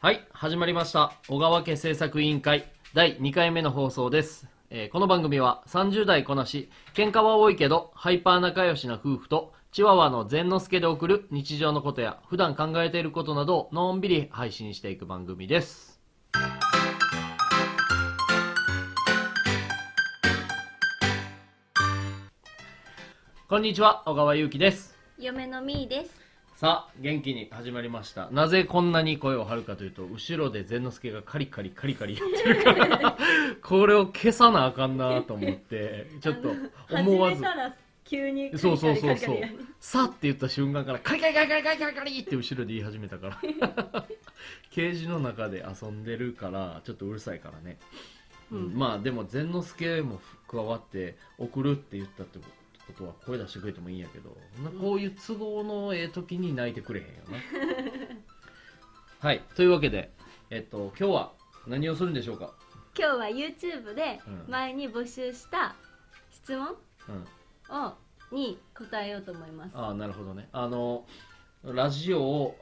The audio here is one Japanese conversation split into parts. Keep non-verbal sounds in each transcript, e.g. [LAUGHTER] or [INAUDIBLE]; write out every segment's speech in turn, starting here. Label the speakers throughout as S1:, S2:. S1: はい、始まりました。小川家制作委員会第2回目の放送です。えーこの番組は30代こなし、喧嘩は多いけど、ハイパー仲良しな夫婦と、チワワの善之助で送る日常のことや、普段考えていることなどをのんびり配信していく番組です。こんにちは、小川祐希です。
S2: 嫁のみーです
S1: さあ元気に始まりましたなぜこんなに声を張るかというと後ろで善之助がカリカリカリカリやってるからこれを消さなあかんなと思ってちょっと思わず
S2: 始めたら急に
S1: そうそうそう
S2: カリカ
S1: そう
S2: リカリカリ
S1: さあって言った瞬間からカリカリカリカリカリカリカリって後ろで言い始めたからケージの中で遊んでるからちょっとうるさいからね、うん
S2: うん
S1: まあでも善之助も加わって送るって言ったってことは声出してくれてもいいんやけどなこういう都合のええ時に泣いてくれへんよなはいというわけでえっと今日は何をするんでしょうか、
S2: 今日は YouTube で
S1: うん
S2: 前に募集した質問
S1: うん、
S2: をに答えようと思います
S1: ああなるほどねあのラジオを、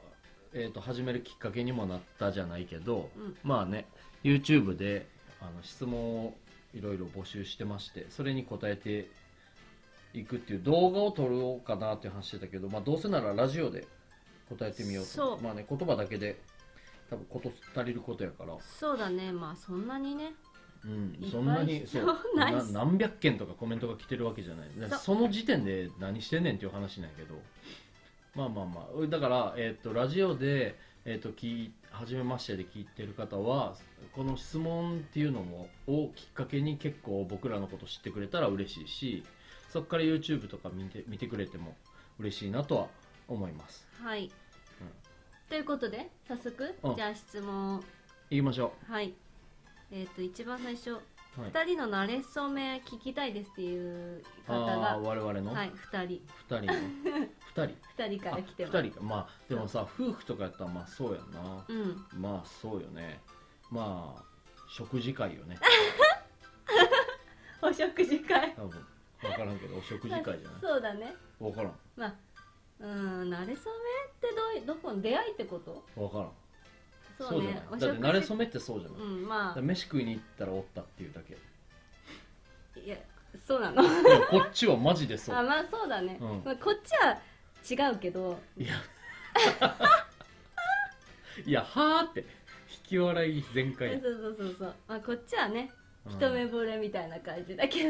S1: えー、と始めるきっかけにもなったじゃないけど、
S2: うん
S1: まあね YouTube であの質問をいろいろ募集してましてそれに答えていくっていう動画を撮ろうかなっていう話してたけど、まあ、どうせならラジオで答えてみようと
S2: そう
S1: まあね言葉だけで多分こと足りることやから、
S2: そうだねまあそんなにね
S1: うん
S2: いっぱい
S1: そんなにそう
S2: そう [LAUGHS] ない
S1: な
S2: し
S1: 何百件とかコメントが来てるわけじゃないだからその時点で何してんねんっていう話なんやけどまあまあまあだから、えっとラジオで、えっと聞い初めましてで聞いてる方はこの質問っていうのもをきっかけに結構僕らのこと知ってくれたら嬉しいしそこから YouTube とか見て見てくれても嬉しいなとは思います
S2: はい、
S1: うん
S2: ということで早速
S1: うん
S2: じゃあ質問を
S1: 行きましょ
S2: はいえっ、と一番最初
S1: う、はい、
S2: 2人の慣れ初め聞きたいですっていう
S1: あ
S2: 方が
S1: あー我々の
S2: は
S1: 2
S2: い2
S1: 人
S2: 人 [LAUGHS]
S1: の2人
S2: 2人から来てます
S1: 2人かまあでもさ夫婦とかやったらまあそうやな
S2: うん
S1: まあそうよねまあ食事会よね
S2: お食事会
S1: 多分分からんけどお食事会じゃない
S2: そうだね
S1: 分からん
S2: まあうーん慣れ初めってどういどこの出会いってこと
S1: 分からん
S2: そうね
S1: じゃないだって慣れ初
S2: め
S1: めってそうじゃない、
S2: う
S1: だ
S2: ん
S1: か
S2: ま
S1: ら飯食いに行ったらおったっていうだけ
S2: あいやそうなのあ
S1: でもこっちはマジでそう
S2: [LAUGHS] まあそうだね、
S1: うん
S2: まあ、こっちは違うけど
S1: いやいやはあって引き笑い全
S2: そう
S1: 開や
S2: そうそうそう、まあ、こっちはね
S1: うん
S2: 一目惚れみたいな感じだけど、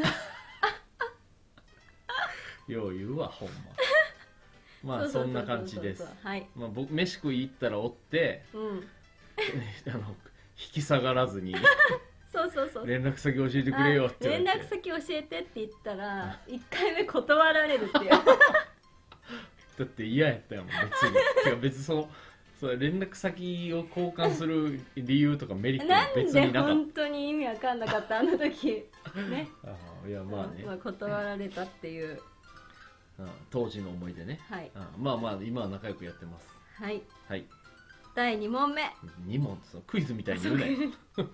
S1: よう言うわほん
S2: [LAUGHS]
S1: ままあ
S2: う
S1: そ
S2: うん
S1: な感じ
S2: そうそう
S1: です
S2: そうはい
S1: まあ僕飯食い行ったらおって [LAUGHS]
S2: うん
S1: あの引き下がらずに
S2: そうそうそう
S1: 連絡先教えてくれよって
S2: あ
S1: 言われ
S2: 連
S1: て
S2: 絡先教えてって言ったら1回目断られるっていう
S1: だって嫌やったやもん
S2: [LAUGHS]
S1: 別にてか別にそのその連絡先を交換する理由とかメリット
S2: な
S1: は [LAUGHS]
S2: ん
S1: 別
S2: で
S1: になかっ
S2: 本当に意味わかんなかったあ
S1: [LAUGHS]
S2: の時ね
S1: たああいやまあね、
S2: まあ、断られたっていう
S1: うん当時の思い出ね、
S2: はい
S1: うんまあまあ今は仲良くやってます
S2: はい
S1: はい
S2: 第2問目
S1: 2問そのクイズみたいに言うな
S2: [LAUGHS]
S1: よ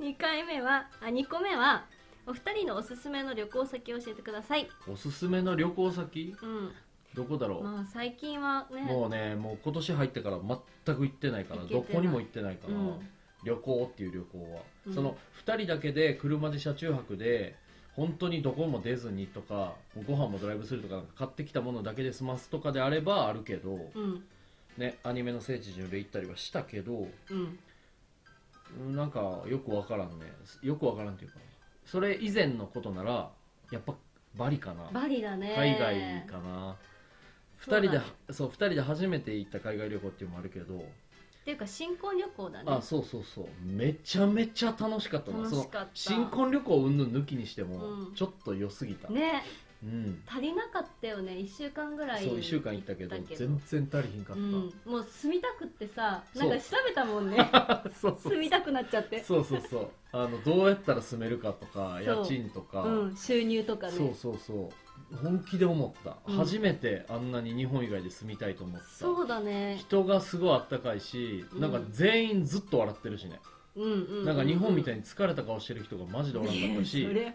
S2: 2回目はあ2個目はお二人のおすすめの旅行先を教えてください
S1: おすすめの旅行先
S2: うん
S1: どこだろう、
S2: まあ最近はね
S1: もうねもう今年入ってから全く行ってないから
S2: 行けてな
S1: ど
S2: い
S1: こにも行ってないから、
S2: うん
S1: 旅行っていう旅行は、
S2: うん
S1: その2人だけで車で車中泊で本当にどこも出ずにとかもうご飯もドライブするとかなんか買ってきたものだけで済ますとかであればあるけど、
S2: うん
S1: ね、アニメの聖地巡礼行ったりはしたけど
S2: うん
S1: うんなんかよくわからんねよくわからんっていうかそれ以前のことならやっぱバリかな
S2: バリだね
S1: 海外かな
S2: そ
S1: 2
S2: うだね
S1: 人でそう二人で初めて行った海外旅行っていうのもあるけど、
S2: っていうか新婚旅行だね
S1: あそうそうそうめちゃめちゃ楽しかったな
S2: 楽しかった
S1: その新婚旅行うんぬん抜きにしても、
S2: うん
S1: ちょっと良すぎた、
S2: ね
S1: うん
S2: 足りなかったよね1週間ぐらい
S1: そう1週間行ったけど
S2: 行ったけど
S1: 全然足りひんか
S2: う
S1: っ
S2: ん、もう住みたくってさ
S1: そ
S2: な
S1: うん
S2: か調べたもんね
S1: た、 [LAUGHS] そう [LAUGHS] そう
S2: 住みたくなっちゃって
S1: そうそうそうあのどうやったら住めるかとか
S2: そう
S1: 家賃とか、
S2: うん収入とかね
S1: そうそうそう本気で思った、
S2: うん
S1: 初めてあんなに日本以外で住みたいと思った
S2: そうだね
S1: 人がすごいあったかいし、
S2: うん
S1: なんか全員ずっと笑ってるしね、
S2: うんうんうう
S1: なんか日本みたいに疲れた顔してる人がマジでおらんかったし
S2: それ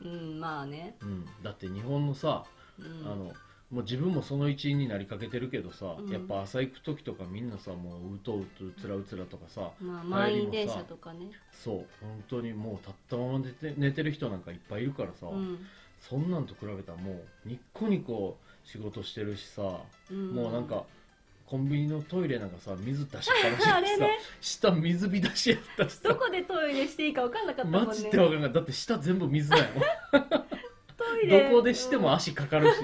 S2: うんまあね、
S1: うん、だって日本のさ、
S2: うん、
S1: あのもう自分もその一員になりかけてるけどさ、
S2: うん
S1: やっぱ朝行く時とかみんなさもううとうとうつらうつらとかさ
S2: まあ、
S1: 帰
S2: 満
S1: りもさ
S2: 員電車とかね、
S1: そう本当にもう立ったまま寝て寝てる人なんかいっぱいいるからさ、
S2: うん
S1: そんなんと比べたらもうニッコニコ仕事してるしさ、
S2: うん、
S1: もうなんかコンビニのトイレなんかさ水出しっぱなしでさ、
S2: [LAUGHS] あれ
S1: [LAUGHS]
S2: ね
S1: 下水浸しやったし
S2: ど
S1: さ
S2: こでトイレしていいか分かんなかったもんね
S1: マジでわかんないだって下全部水
S2: [LAUGHS]
S1: だよ
S2: トイレ
S1: どこでしても、足かかるし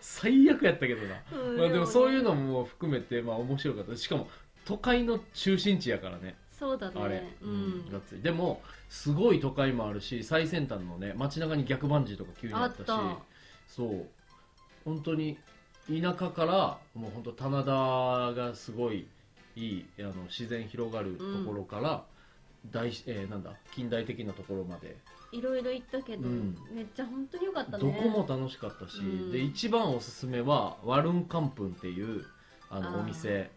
S1: 最悪やったけどな
S2: うん
S1: まあ、でもそういう
S2: ね
S1: のも含めてまあ面白かったしかも都会の中心地やからね
S2: そうだね
S1: あれ、
S2: うん、
S1: がっつりでもすごい都会もあるし最先端のね街中に逆バンジーとか急にあ
S2: あ
S1: っ
S2: った
S1: したそう本当に田舎からもう本当棚田がすごいいいあの自然広がるところから、大しえーなんだ近代的なところまで
S2: いろいろ行ったけど、
S1: うん
S2: めっちゃ本当に良かったね
S1: どこも楽しかったし、
S2: うん
S1: で一番おすすめはワルンカンプンっていうあ
S2: あ
S1: の
S2: ー
S1: お店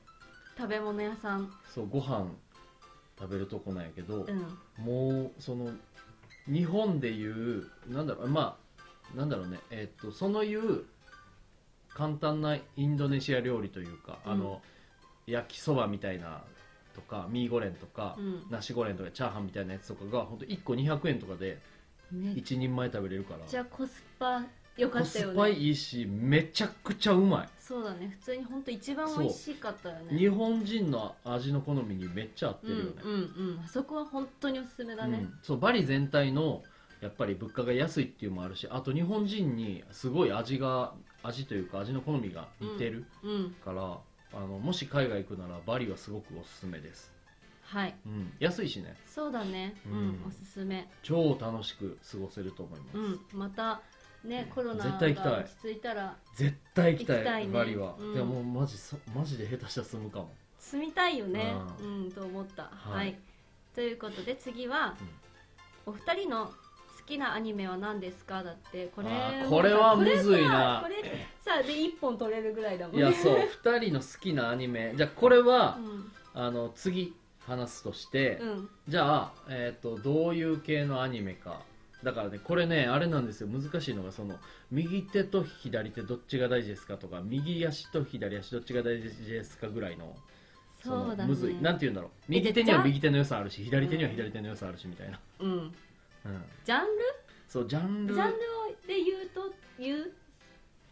S2: 食べ物屋さん
S1: そうご飯食べるとこなんやけど、
S2: うん
S1: もうその日本でいうなんだろうまあなんだろうねえっとそのいう簡単なインドネシア料理というか、
S2: うん
S1: あの焼きそばみたいなとかミーゴレンとか、
S2: うん
S1: ナシゴレンとかチャーハンみたいなやつとかが本当1個200円とかで
S2: めっ
S1: 1人前食べれるから
S2: ちゃコスパ良か
S1: コ
S2: ったよ
S1: ス
S2: ね
S1: パいいしめちゃくちゃうまい
S2: そうだね普通に本当一番美味しかったよね
S1: 日本人の味の好みにめっちゃ合って
S2: うん
S1: る
S2: う
S1: よね、
S2: んうんあそこは本当におすすめだね、
S1: うん、そうバリ全体のやっぱり物価が安いっていうのもあるしあと日本人にすごい味が味というか味の好みが似てる
S2: うん、
S1: から、あのもし海外行くならバリはすごくおすすめです、
S2: はい
S1: うん、安いしね
S2: そうだね、うん
S1: うん
S2: おすすめ、
S1: 超楽しく過ごせると思います、
S2: うん、またねコロナ
S1: 絶
S2: が
S1: 対行きたい
S2: 落ち着いたら
S1: 絶対行きたい
S2: 行きたいね
S1: バリは、
S2: うん
S1: でももうマジそマジで下手したら住むかも
S2: 住みたいよね
S1: あ
S2: う
S1: ー
S2: んと思った
S1: は
S2: はいい、ということで次は、お二人の好きなアニメは何ですかだってこれ
S1: あーこれはむずいな
S2: これさこれさで1本取れるぐらいだもん
S1: い
S2: ね
S1: や [LAUGHS] そう2人の好きなアニメじゃあこれは、
S2: ん
S1: あの次話すとして、
S2: うん
S1: じゃあ、えー、とどういう系のアニメかだからねこれねあれなんですよ難しいのがその右手と左手どっちが大事ですかとか右足と左足どっちが大事ですかぐらいのの
S2: そうだね
S1: むずいなんて言うんだろう右手には右手の良さあるし左手には左手の良さあるしみたいな、
S2: うん
S1: うん、
S2: ジャン
S1: そうジャン
S2: ル
S1: ル
S2: ジャンルをで言うと言う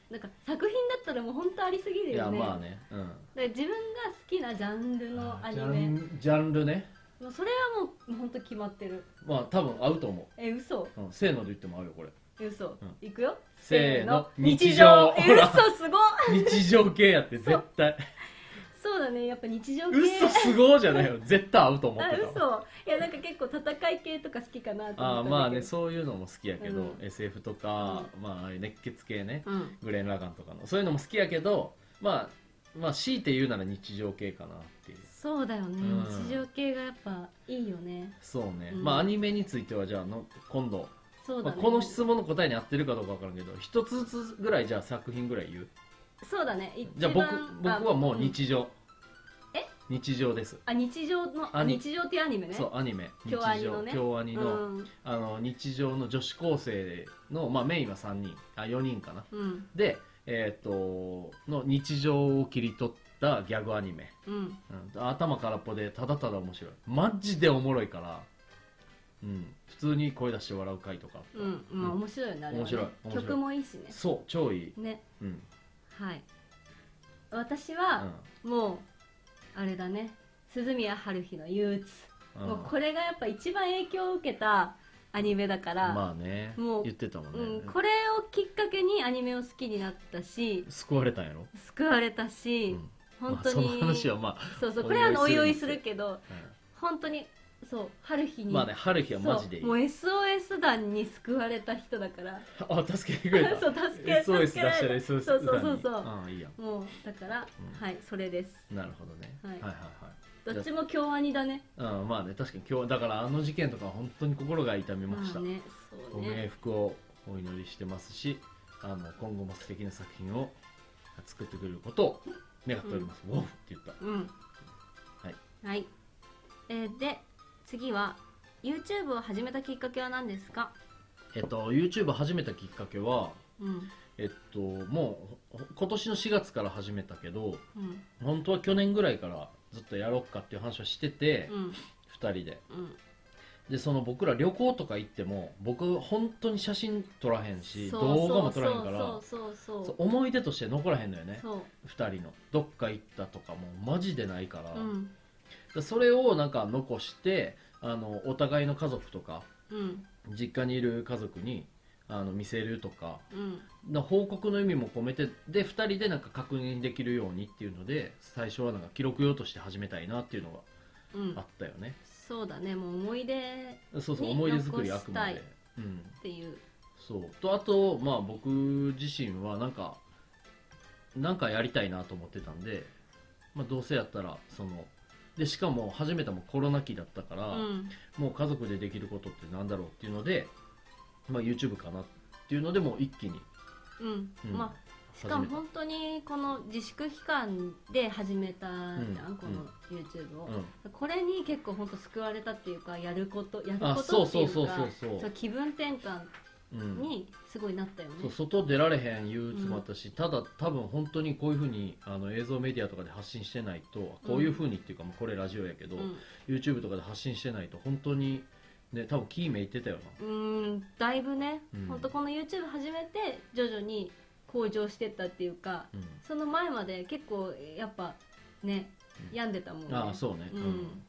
S2: なんか作品だったらもう本当ありすぎる
S1: いや
S2: よね
S1: まあね、うん、
S2: で自分が好きなジャンルのアニ
S1: ジャ
S2: メ
S1: ンジャンルね
S2: もうそれはもうもう本当決まってる
S1: まあ多分合うと思
S2: え嘘
S1: う、うん、せーので言っても合うよこれ
S2: え嘘、
S1: うん
S2: いくよ
S1: せーの
S2: 日常
S1: 日
S2: え
S1: 常ほら
S2: 嘘すごい
S1: 日常系やって絶対
S2: そうだねやっぱ日常系 [LAUGHS]
S1: 嘘すごいじゃないよ絶対合うと思っ
S2: あ
S1: てたわ
S2: 嘘いやなんか結構戦い系とか好きかなと
S1: ああ
S2: 思ったんだけど
S1: まあねそういうのも好きやけど、
S2: うん
S1: SF とか、まあああいう熱血系ね
S2: う、ん
S1: グレン・ラガンとかのそういうのも好きやけどまあまあ強いて言うなら日常系かなっていう
S2: そうだよね、
S1: うん
S2: 日常系がやっぱいいよね
S1: そうね、
S2: うん
S1: まあアニメについてはじゃあの今度、
S2: そう
S1: ま
S2: だ
S1: あ
S2: ね、
S1: この質問の答えに合ってるかどうか分からんけど一つずつぐらいじゃあ作品ぐらい言う
S2: そうだね
S1: じゃあ僕僕はもう、日
S2: 一番
S1: 常、
S2: え
S1: 日常です
S2: あうんあ日常の
S1: アニ
S2: 日常っていうアニメね
S1: そうアニメ日
S2: 京アニの
S1: 常
S2: ね
S1: 京アニの,、
S2: うん
S1: あの日常の女子高生の、まあ、メインは3人あ4人かな
S2: うん
S1: で、えー、との日常を切り取ったギャグアニメ、
S2: うん
S1: うん、頭空っぽでただただ面白いマジでおもろいから、うん、普通に声出して笑う回とかあった、
S2: うん、うん面白いよねあれはね
S1: 面白い面白い
S2: 曲もいいしね
S1: そう超いい、
S2: ね
S1: うん
S2: はい私
S1: う
S2: は
S1: ん、
S2: もうあれだね鈴宮春日の憂
S1: う
S2: 鬱、
S1: ん
S2: もうこれがやっぱ一番影響を受けたアニメだから、
S1: まあね
S2: もう
S1: 言ってたもんね、
S2: うん、これをきっかけにアニメを好きになったし
S1: 救われたんやろ、
S2: 救われた
S1: う
S2: し、
S1: ん
S2: 本当に、
S1: まあ、その話はまあ、
S2: そうそうこれはあの
S1: お
S2: お
S1: い
S2: い
S1: お
S2: お
S1: い
S2: い
S1: す
S2: す
S1: る
S2: るけど
S1: う
S2: 本当にそう春日
S1: ん
S2: に
S1: まあね春樹はマジでいい
S2: そうもう SOS 団に救われた人だから
S1: あ助けてくれた
S2: [LAUGHS] そう助け
S1: SOS 出した
S2: 助けら
S1: ら
S2: れた
S1: SOS 出
S2: そうそうそうそう
S1: あいいやん
S2: もうだから、
S1: うん
S2: はいそれです
S1: なるほどね、
S2: はい
S1: はいはいはい
S2: どっちも京アニだね
S1: うん、まあね確かに今日だからあの事件とか本当に心が痛みました、
S2: あねそ
S1: ご
S2: う
S1: 冥
S2: ね
S1: 福をお祈りしてますしあの今後も素敵な作品を作ってくれることを願っております、ウォーって言った
S2: うん
S1: はい、
S2: はいえーで次は YouTube を始めたきっかけは何ですか
S1: えっと YouTube 始めたきっかけは
S2: うん
S1: ええっともうほ今年の4月から始めたけど
S2: うん
S1: 本当は去年ぐらいからずっとやろうかっていう話をしてて、
S2: うん
S1: 2人で
S2: うん
S1: でその僕ら旅行とか行っても僕本当に写真撮らへんし
S2: そう
S1: 動画も撮らへんから
S2: そうそう
S1: そ
S2: そ
S1: う
S2: う
S1: 思い出として残らへんのよね
S2: そう
S1: 2人のどっか行ったとかもマジでないから,、
S2: うん
S1: それをなんか残してあのお互いの家族とか
S2: うん
S1: 実家にいる家族にあの見せるとか
S2: うん
S1: な報告の意味も込めてで2人でなんか確認できるようにっていうので最初はなんか記録用として始めたいなっていうの
S2: うん
S1: があったよね、
S2: そうだねもう思い出っ
S1: そうそう
S2: ね
S1: 思い出作りあく
S2: 残し
S1: ま
S2: たい
S1: で、うん、
S2: ていう
S1: そうとあとまあ僕自身はなんかなんかやりたいなと思ってたんで、まあ、どうせやったらそのでしかも始めたもコロナ期だったから、
S2: うん
S1: もう家族でできることってなんだろうっていうので、まあ、YouTube かなっていうのでもう一気に
S2: うん
S1: うん
S2: まあしかも本当にこの自粛期間で始めたじゃ
S1: うんん
S2: この YouTube を
S1: うん、
S2: これに結構本当救われたっていうかやることやる
S1: あ
S2: こ
S1: そう
S2: とってい
S1: そうう
S2: か
S1: そうそうそう
S2: そう気分転換
S1: うん
S2: にすごいなったよね
S1: そう外出られへん憂鬱もあったし、ただ多分本当にこういうふうにあの映像メディアとかで発信してないとこういうふうにっていうか、もうこれラジオやけど、YouTube とかで発信してないと本当にね多分キーメ言ってたよ
S2: うん、うんだいぶね、
S1: うん
S2: 本当この YouTube 始めて徐々に向上してったっていうか
S1: な、
S2: その前まで結構やっぱね
S1: うん
S2: 病んでたもんね、
S1: ああそうね
S2: うん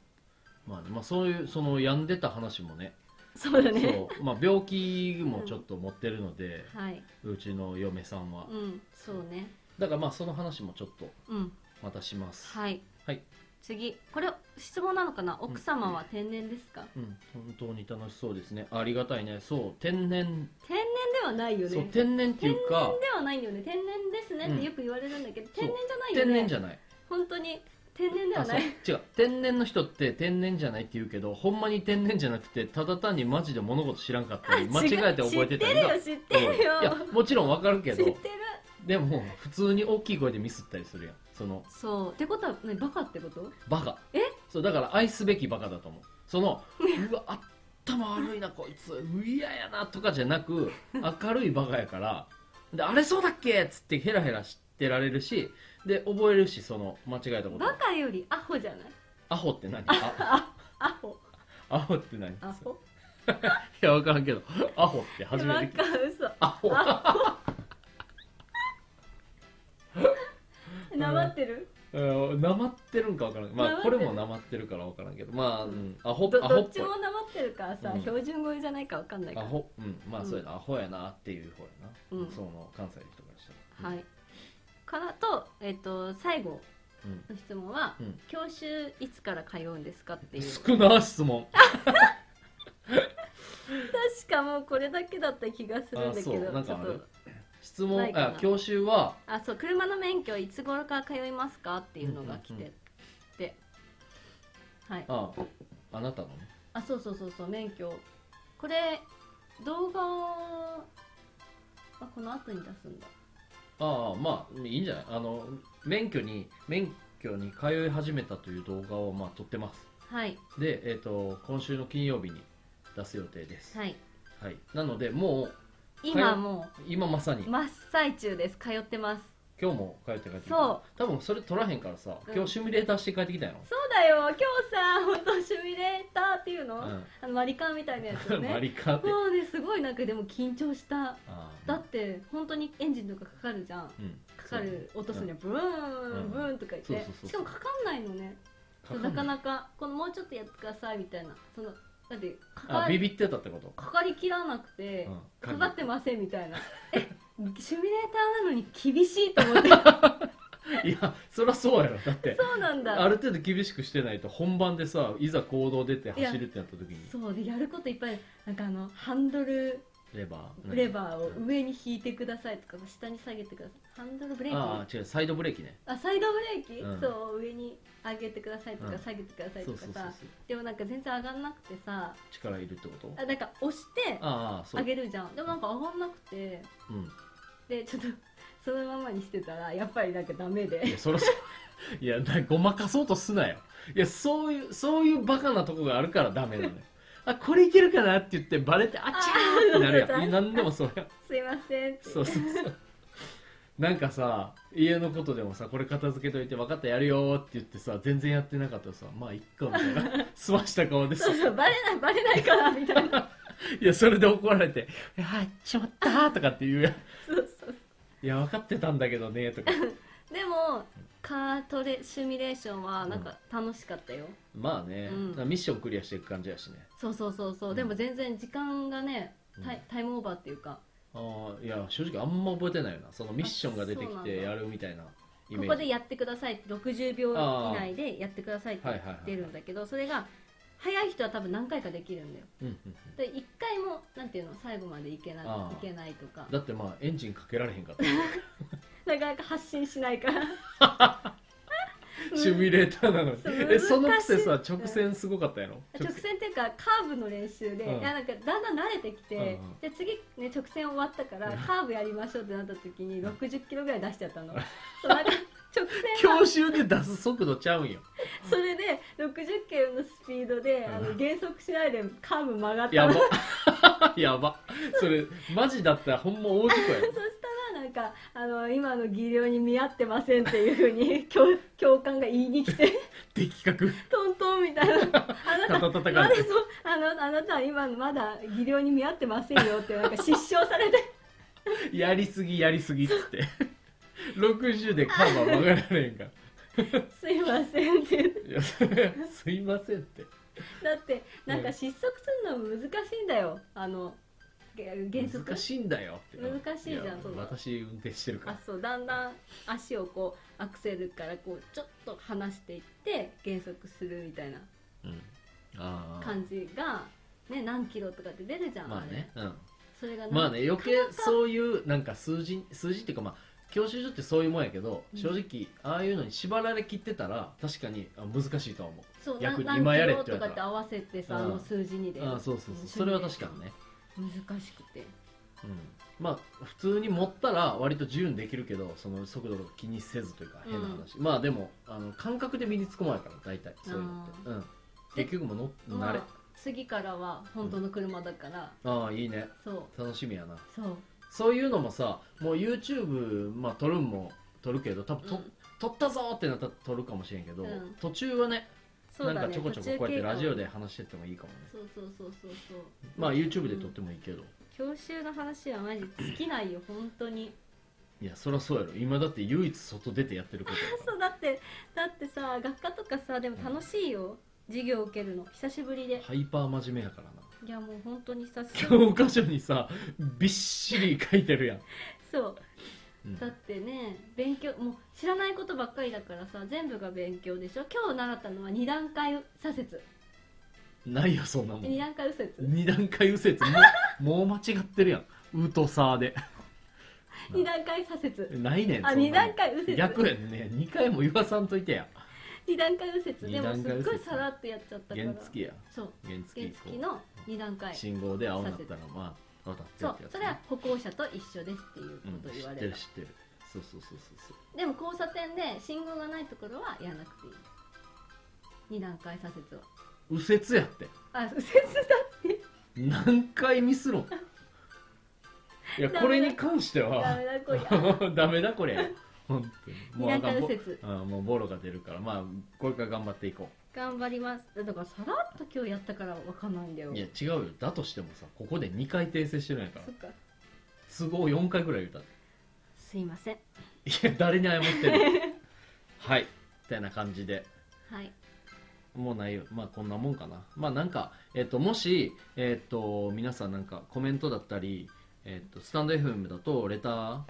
S1: まあね、まあそういうその病んでた話もね
S2: そうだね
S1: そう、まあ、病気もちょっと持ってるので、
S2: はいう
S1: ちの嫁さんは、
S2: うんそうね
S1: だからまあその話もちょっと
S2: うん
S1: またします、
S2: はい、
S1: はい
S2: 次これ質問なのかな奥様は天然ですか、
S1: うん、本当に楽しそうですねありがたいねそう天然
S2: 天然ではないよね
S1: そう天然っていうか
S2: 天然ではないよね天然ですねってよく言われるんだけど、天然じゃ
S1: 天
S2: ないよ
S1: 然
S2: ね
S1: じゃない
S2: 本当に天然ではない
S1: あそう違う天然の人って天然じゃないって言うけどほんまに天然じゃなくてただ単にマジで物事知らんか
S2: [LAUGHS]
S1: ったり間違えて覚えてたりが
S2: 知ってるよ知ってるよ
S1: うんいやもちろんわかるけ
S2: 知ってる
S1: どでも普通に大きい声でミスったりするやんその
S2: そうってことは何バカってこと
S1: バカ
S2: え
S1: そうだから愛すべきバカだと思うそ
S2: [LAUGHS]
S1: のうわ頭悪いなこいつういややなとかじゃなく明るいバカやからであれそうだっけっつってヘラヘラしてられるしで覚えるしその間違えたこと
S2: バカよりアホじゃない
S1: アホって何あ
S2: アホ
S1: アホって何
S2: アホ
S1: いや、わからんけど、アホって初
S2: バ
S1: めて聞い
S2: カ嘘
S1: た。ア
S2: [LAUGHS]
S1: ホ
S2: なまってる
S1: うんなまってるんかわからん。ま
S2: なま
S1: あ、
S2: って
S1: こ
S2: る
S1: れもなまってるからわからんけど、まあ、うん、アホ
S2: ど、
S1: ア
S2: ど
S1: ホ
S2: っ
S1: っ
S2: ち
S1: ぽい
S2: も。なまってるからさ、
S1: うん
S2: 標準語じゃないかわかんないか
S1: ア
S2: ら
S1: ホ、うん、まあ、そうやな、アホやなっていう方や
S2: うん
S1: な。その、関西の人からしたら。
S2: はいからと,、えっと最後
S1: うん。
S2: の質問は、
S1: うん
S2: 教習いつから通うんですかっていう
S1: 少な質問。
S2: 確かもうこれだけだった気がするんだけ
S1: あそ
S2: ど
S1: うなん
S2: ちょ
S1: かあ
S2: っ
S1: る
S2: と
S1: 質
S2: な
S1: 問
S2: い、か
S1: あ
S2: な、
S1: 教習は、
S2: あそう車の免許いつ頃から通いますかっていうのが来て、
S1: うんうんうん
S2: ではいあ
S1: あ、あなたのね。
S2: そうそうそうそう免許これ動画はこの後に出すんだ
S1: ああ、まあ、いいんじゃないあの、免許に、免許に通い始めたという動画を、まあ、撮ってます。
S2: はい
S1: で、えっと、今週の金曜日に出す予定です。
S2: はい
S1: はい。なので、もう、
S2: 今も
S1: 今まさに
S2: う真っ最中です通ってます
S1: 今日も帰って帰ってきた
S2: そう
S1: 多分それ取らへんからさ
S2: うん
S1: 今日シミュレーターして帰ってきたよ、
S2: そうだよ今日さ本当シミュレーターっていう
S1: う
S2: の,、
S1: ん
S2: あのマリカンみたいなやつをね
S1: [LAUGHS] マリカって、
S2: もうねすごいなんかでも緊張した
S1: あー
S2: だって本当にエンジンとかかかるじゃん
S1: うん
S2: かかる落とすにはブ
S1: う
S2: ーン
S1: ん
S2: ブーンとか言っ
S1: そう
S2: て
S1: そうそうそう
S2: しかもかかんないのね
S1: そう
S2: な
S1: だ
S2: か
S1: かな
S2: なかこのもうちょっとやってくださいみたいなそのだってか
S1: あ
S2: か
S1: ビ
S2: り
S1: ビってたってこと
S2: かかりきらなくて
S1: うん
S2: かかってませんみたいなえシミュレーターなのに厳しい
S1: [LAUGHS]
S2: と思って
S1: いやそりゃそうやろだって
S2: そうなん
S1: あ
S2: だ
S1: る程度厳しくしてないと本番でさいざ行動出て走るってなった時に
S2: そうでやることいっぱいなんかあのハンドル
S1: レバー
S2: レバーを上に引いてくださいとか下に下げてくださいハンドルブレーキ
S1: ああー違うサイドブレーキね
S2: あサイドブレーキ、
S1: うん
S2: そう上に上げてくださいとか、
S1: うん
S2: 下げてください
S1: そ
S2: と
S1: う
S2: か
S1: そ
S2: さ
S1: うそうそう
S2: でもなんか全然上がんなくてさ
S1: 力いるってこと
S2: あなんか押して
S1: ああそ
S2: 上
S1: う、
S2: げるじゃんでもなんか上がんなくて
S1: うん、
S2: でちょっとそのままにしてたらやっぱりなんかダメ
S1: い
S2: で
S1: やそりゃそうい [LAUGHS] やなごまかそうとすなよいやそういうそういうバカなとこがあるからダメなのよあこれいけるかなって言ってバレてあっちゃーってなるや
S2: あー
S1: ん何でもそれ
S2: すいませんって
S1: そうそうそうなんかさ家のことでもさこれ片付けといて分かったやるよーって言ってさ全然やってなかったらさまあいっかみたい
S2: [LAUGHS]
S1: な済ました顔でさ
S2: そうそうバレないバレないからみたいな
S1: いやそれで怒られて「あしまった」とかって言うやん「
S2: そうそう
S1: いや分かってたんだけどね」とか
S2: でもカートレシミュレーションはなんか楽しかったよ、
S1: まあね、
S2: うん
S1: だからミッションクリアしていく感じやしね
S2: そうそうそうそう、
S1: うん
S2: でも全然時間がねタイ,、
S1: うん
S2: タイムオーバーっていうか
S1: ああいや正直あんま覚えてないよなそのミッションが出て
S2: あ
S1: き
S2: そうなんだ
S1: てやるみたいなイ
S2: こ
S1: メージ
S2: こでやってくださいって60秒以内でやってくださいって
S1: はいはいはい
S2: 出るんだけどそれが早い人は多分何回かできるんだよ
S1: うんうんうん
S2: で1回もなんていうの最後までいけない
S1: あー
S2: いけないとか
S1: だってまあエンジンかけられへんかった
S2: なかなか発信しな
S1: [LAUGHS]
S2: いから
S1: シミュレーターなのに
S2: そう
S1: えそのくせ
S2: 難
S1: さ
S2: しい
S1: 直線すごかったやろ
S2: 直線っていうかカーブの練習で、
S1: うん
S2: いやなんかだんだん慣れてきて、
S1: うんうん
S2: で次、ね、直線終わったから
S1: うん
S2: カーブやりましょうってなった時に
S1: うん
S2: 60キロぐらい出しちゃっ
S1: [LAUGHS]
S2: たのそうなんか直線は
S1: 教習で出す速度ちゃうんよ
S2: それで60キロのスピードであ
S1: う
S2: の
S1: ん
S2: 減速しないでカーブ曲がった
S1: や
S2: の
S1: ば
S2: そ
S1: やば [LAUGHS] それマジだったらほんま大事故やろ
S2: したらなんかあの今の技量に見合ってませんっていうふうに [LAUGHS] 教教官が言いに来て [LAUGHS]
S1: 的確
S2: トントンみたいな「あな
S1: たたた
S2: た
S1: た
S2: ま
S1: か
S2: だ
S1: れ
S2: そ
S1: て
S2: うあのあなたは今のまだ技量に見合ってませんよ」ってなんか失笑されて [LAUGHS]
S1: やりすぎやりすぎっつって60でカーブは曲がられへんから
S2: 「すいません」って言って
S1: いやそれすいませんって
S2: だってなんか失速するのも難しいんだよあのげ減速
S1: 難しいんだよって
S2: 難しいじゃん
S1: や
S2: そんな
S1: 私運転してるか
S2: あ
S1: ら
S2: そうだんだん足をこうアクセルからこうちょっと離していって減速するみたいな
S1: うんああ
S2: 感じが、ね、何キロとかって出るじゃん、
S1: まあね、うん、
S2: れそれがなん
S1: まあね余計そういうなんか数字数字っていうかまあ教習所ってそういうもんやけど、
S2: うん
S1: 正直ああいうのに縛られきってたら確かにあ難しいとは思う、
S2: そうな
S1: 逆に
S2: 何
S1: 今や
S2: キ
S1: れ
S2: ロ
S1: って
S2: と
S1: 言
S2: か
S1: わ
S2: っ
S1: れた
S2: て合わせてさ、
S1: うん
S2: あの数字にで
S1: ああそうそうそう
S2: うん
S1: それは確かにね、
S2: 難しくて
S1: うん、まあ普通に持ったら割と自由にできるけどその速度とか気にせずというか変な話、まあでもあの感覚で身につくもんやから大体そういうのって、うん、結局もうの慣れ
S2: まあ、次からは本当の車だから、
S1: ああいいね
S2: そう
S1: 楽しみやな
S2: そう
S1: そういうのもさもう YouTube、まあ、撮るんも撮るけど多分と、
S2: うん
S1: 撮ったぞーってなったら撮るかもしれんけど、
S2: うん
S1: 途中はね
S2: そう
S1: な
S2: だ
S1: んか
S2: ね
S1: ちょこちょ
S2: 途
S1: こ
S2: 中
S1: こうやって
S2: 経過を
S1: ラジオで話してってもいいかもね
S2: そうそうそうそうそう
S1: まあ YouTube で撮ってもいいけど、
S2: 教習の話はマジ尽きないよ本当に
S1: いやそりゃそうやろ今だって唯一外出てやってること
S2: [LAUGHS]
S1: やから
S2: そうだってだってさ学科とかさでも楽しいよ、授業受けるの久しぶりで
S1: ハイパー真面目やからない
S2: やもう本当に久しぶり
S1: 教科書にさびっしり書いてるやん、
S2: そう
S1: うん
S2: だってね勉強もう知らないことばっかりだからさ全部が勉強でしょ今日習ったのは二段階左折
S1: ないよそんなもん
S2: 二段階右折
S1: 二段階右折もうもう間違ってるやん「う」と「さ」で
S2: 二段階左折
S1: ないねん
S2: あ
S1: そんなもん
S2: 二段階右折
S1: 逆やんね2回も言わさんといてや
S2: 二段階右折で
S1: 二
S2: も
S1: 段
S2: す
S1: 階
S2: っ
S1: 右折
S2: ごいさらっとやっちゃったから
S1: 原付や
S2: そう
S1: 原付
S2: 原
S1: こう
S2: 付の二段階
S1: 信号で青になったらまあ渡って
S2: そ
S1: るっ
S2: う
S1: てやつ
S2: それは歩行者と一緒ですっていう
S1: うん知
S2: ことを言わ
S1: っ
S2: れ
S1: て
S2: た、
S1: る知ってるそうそうそうそうそう
S2: でも交差点で信号がないところはやらなくていい二段階左折は
S1: 右折やって
S2: あ右折だ
S1: 何回ミ
S2: [LAUGHS]
S1: スろんいや
S2: ダメだ
S1: これに関して
S2: ダ
S1: は
S2: メだこりゃ
S1: [LAUGHS] ダメだこれ本当にもうあ
S2: 二
S1: かん
S2: 段階
S1: ぼ
S2: 右折
S1: あもうボロが出るからまあこれから頑張っていこ
S2: 頑張りますだからさらっと今日やったからわかんないんだよ
S1: ういや違うよだとしてもさここで2回訂正してるんやから
S2: そっか
S1: 都合4回ぐらい言うた
S2: すいません
S1: いや誰に謝ってるはいみたいな感じで
S2: はい
S1: もうないよまあこんなもんかなまあなんか、えっともし、えっと皆さんなんかコメントだったり、えっとスタンド FM だとレターっ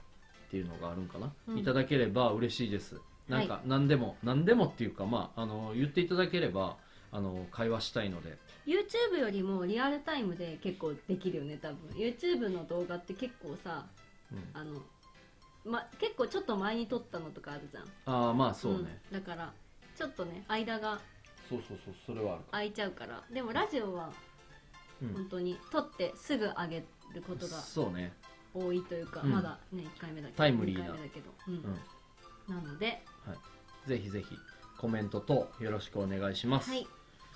S1: ていうのがあるんかな、
S2: うん
S1: いただければ嬉しいですなんか何でも、何でもっていうかまああの言っていただければあの会話したいので
S2: YouTube よりもリアルタイムで結構できるよね多分 YouTube の動画って結構さ
S1: うん
S2: あの、ま、結構ちょっと前に撮ったのとかあるじゃん
S1: ああまあそうね、
S2: うんだからちょっとね間が
S1: そうそうそうそれはあるか
S2: 空いちゃうからでもラジオは
S1: うん
S2: 本当に撮ってすぐ上げることが
S1: そうね
S2: 多いというか、
S1: うん
S2: まだね1回目だけど
S1: タイムリーな
S2: 二回目だけど、うんなので
S1: ぜひぜひコメントとよろしくお願いします
S2: はい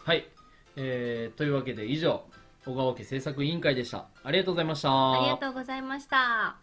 S1: はいえーというわけで以上小川家制作委員会でしたありがとうございました
S2: ありがとうございました